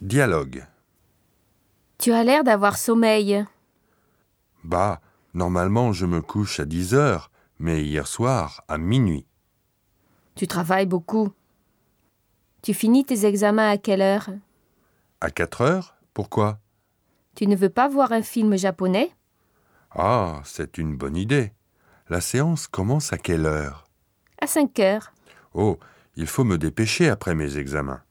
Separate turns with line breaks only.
Dialogue.
Tu as l'air d'avoir sommeil.
Bah, normalement je me couche à 10 heures, mais hier soir à minuit.
Tu travailles beaucoup. Tu finis tes examens à quelle heure
À 4 heures Pourquoi
Tu ne veux pas voir un film japonais
Ah, c'est une bonne idée. La séance commence à quelle heure
À 5 heures.
Oh, il faut me dépêcher après mes examens.